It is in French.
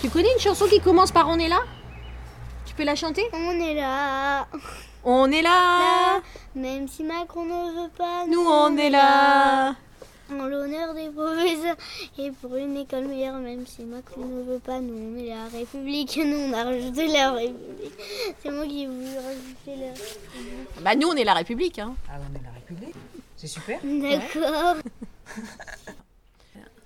Tu connais une chanson qui commence par On est là Tu peux la chanter On est là, On est là, là, même si Macron ne veut pas. Ah. Nous on est là En l'honneur des professeurs et pour une école meilleure, même si Macron ne veut pas, nous on est la République. Nous on a rejeté la République. C'est moi qui ai voulu rajouter la. Bah nous on est la République hein. Ah, on est la République. C'est super. D'accord.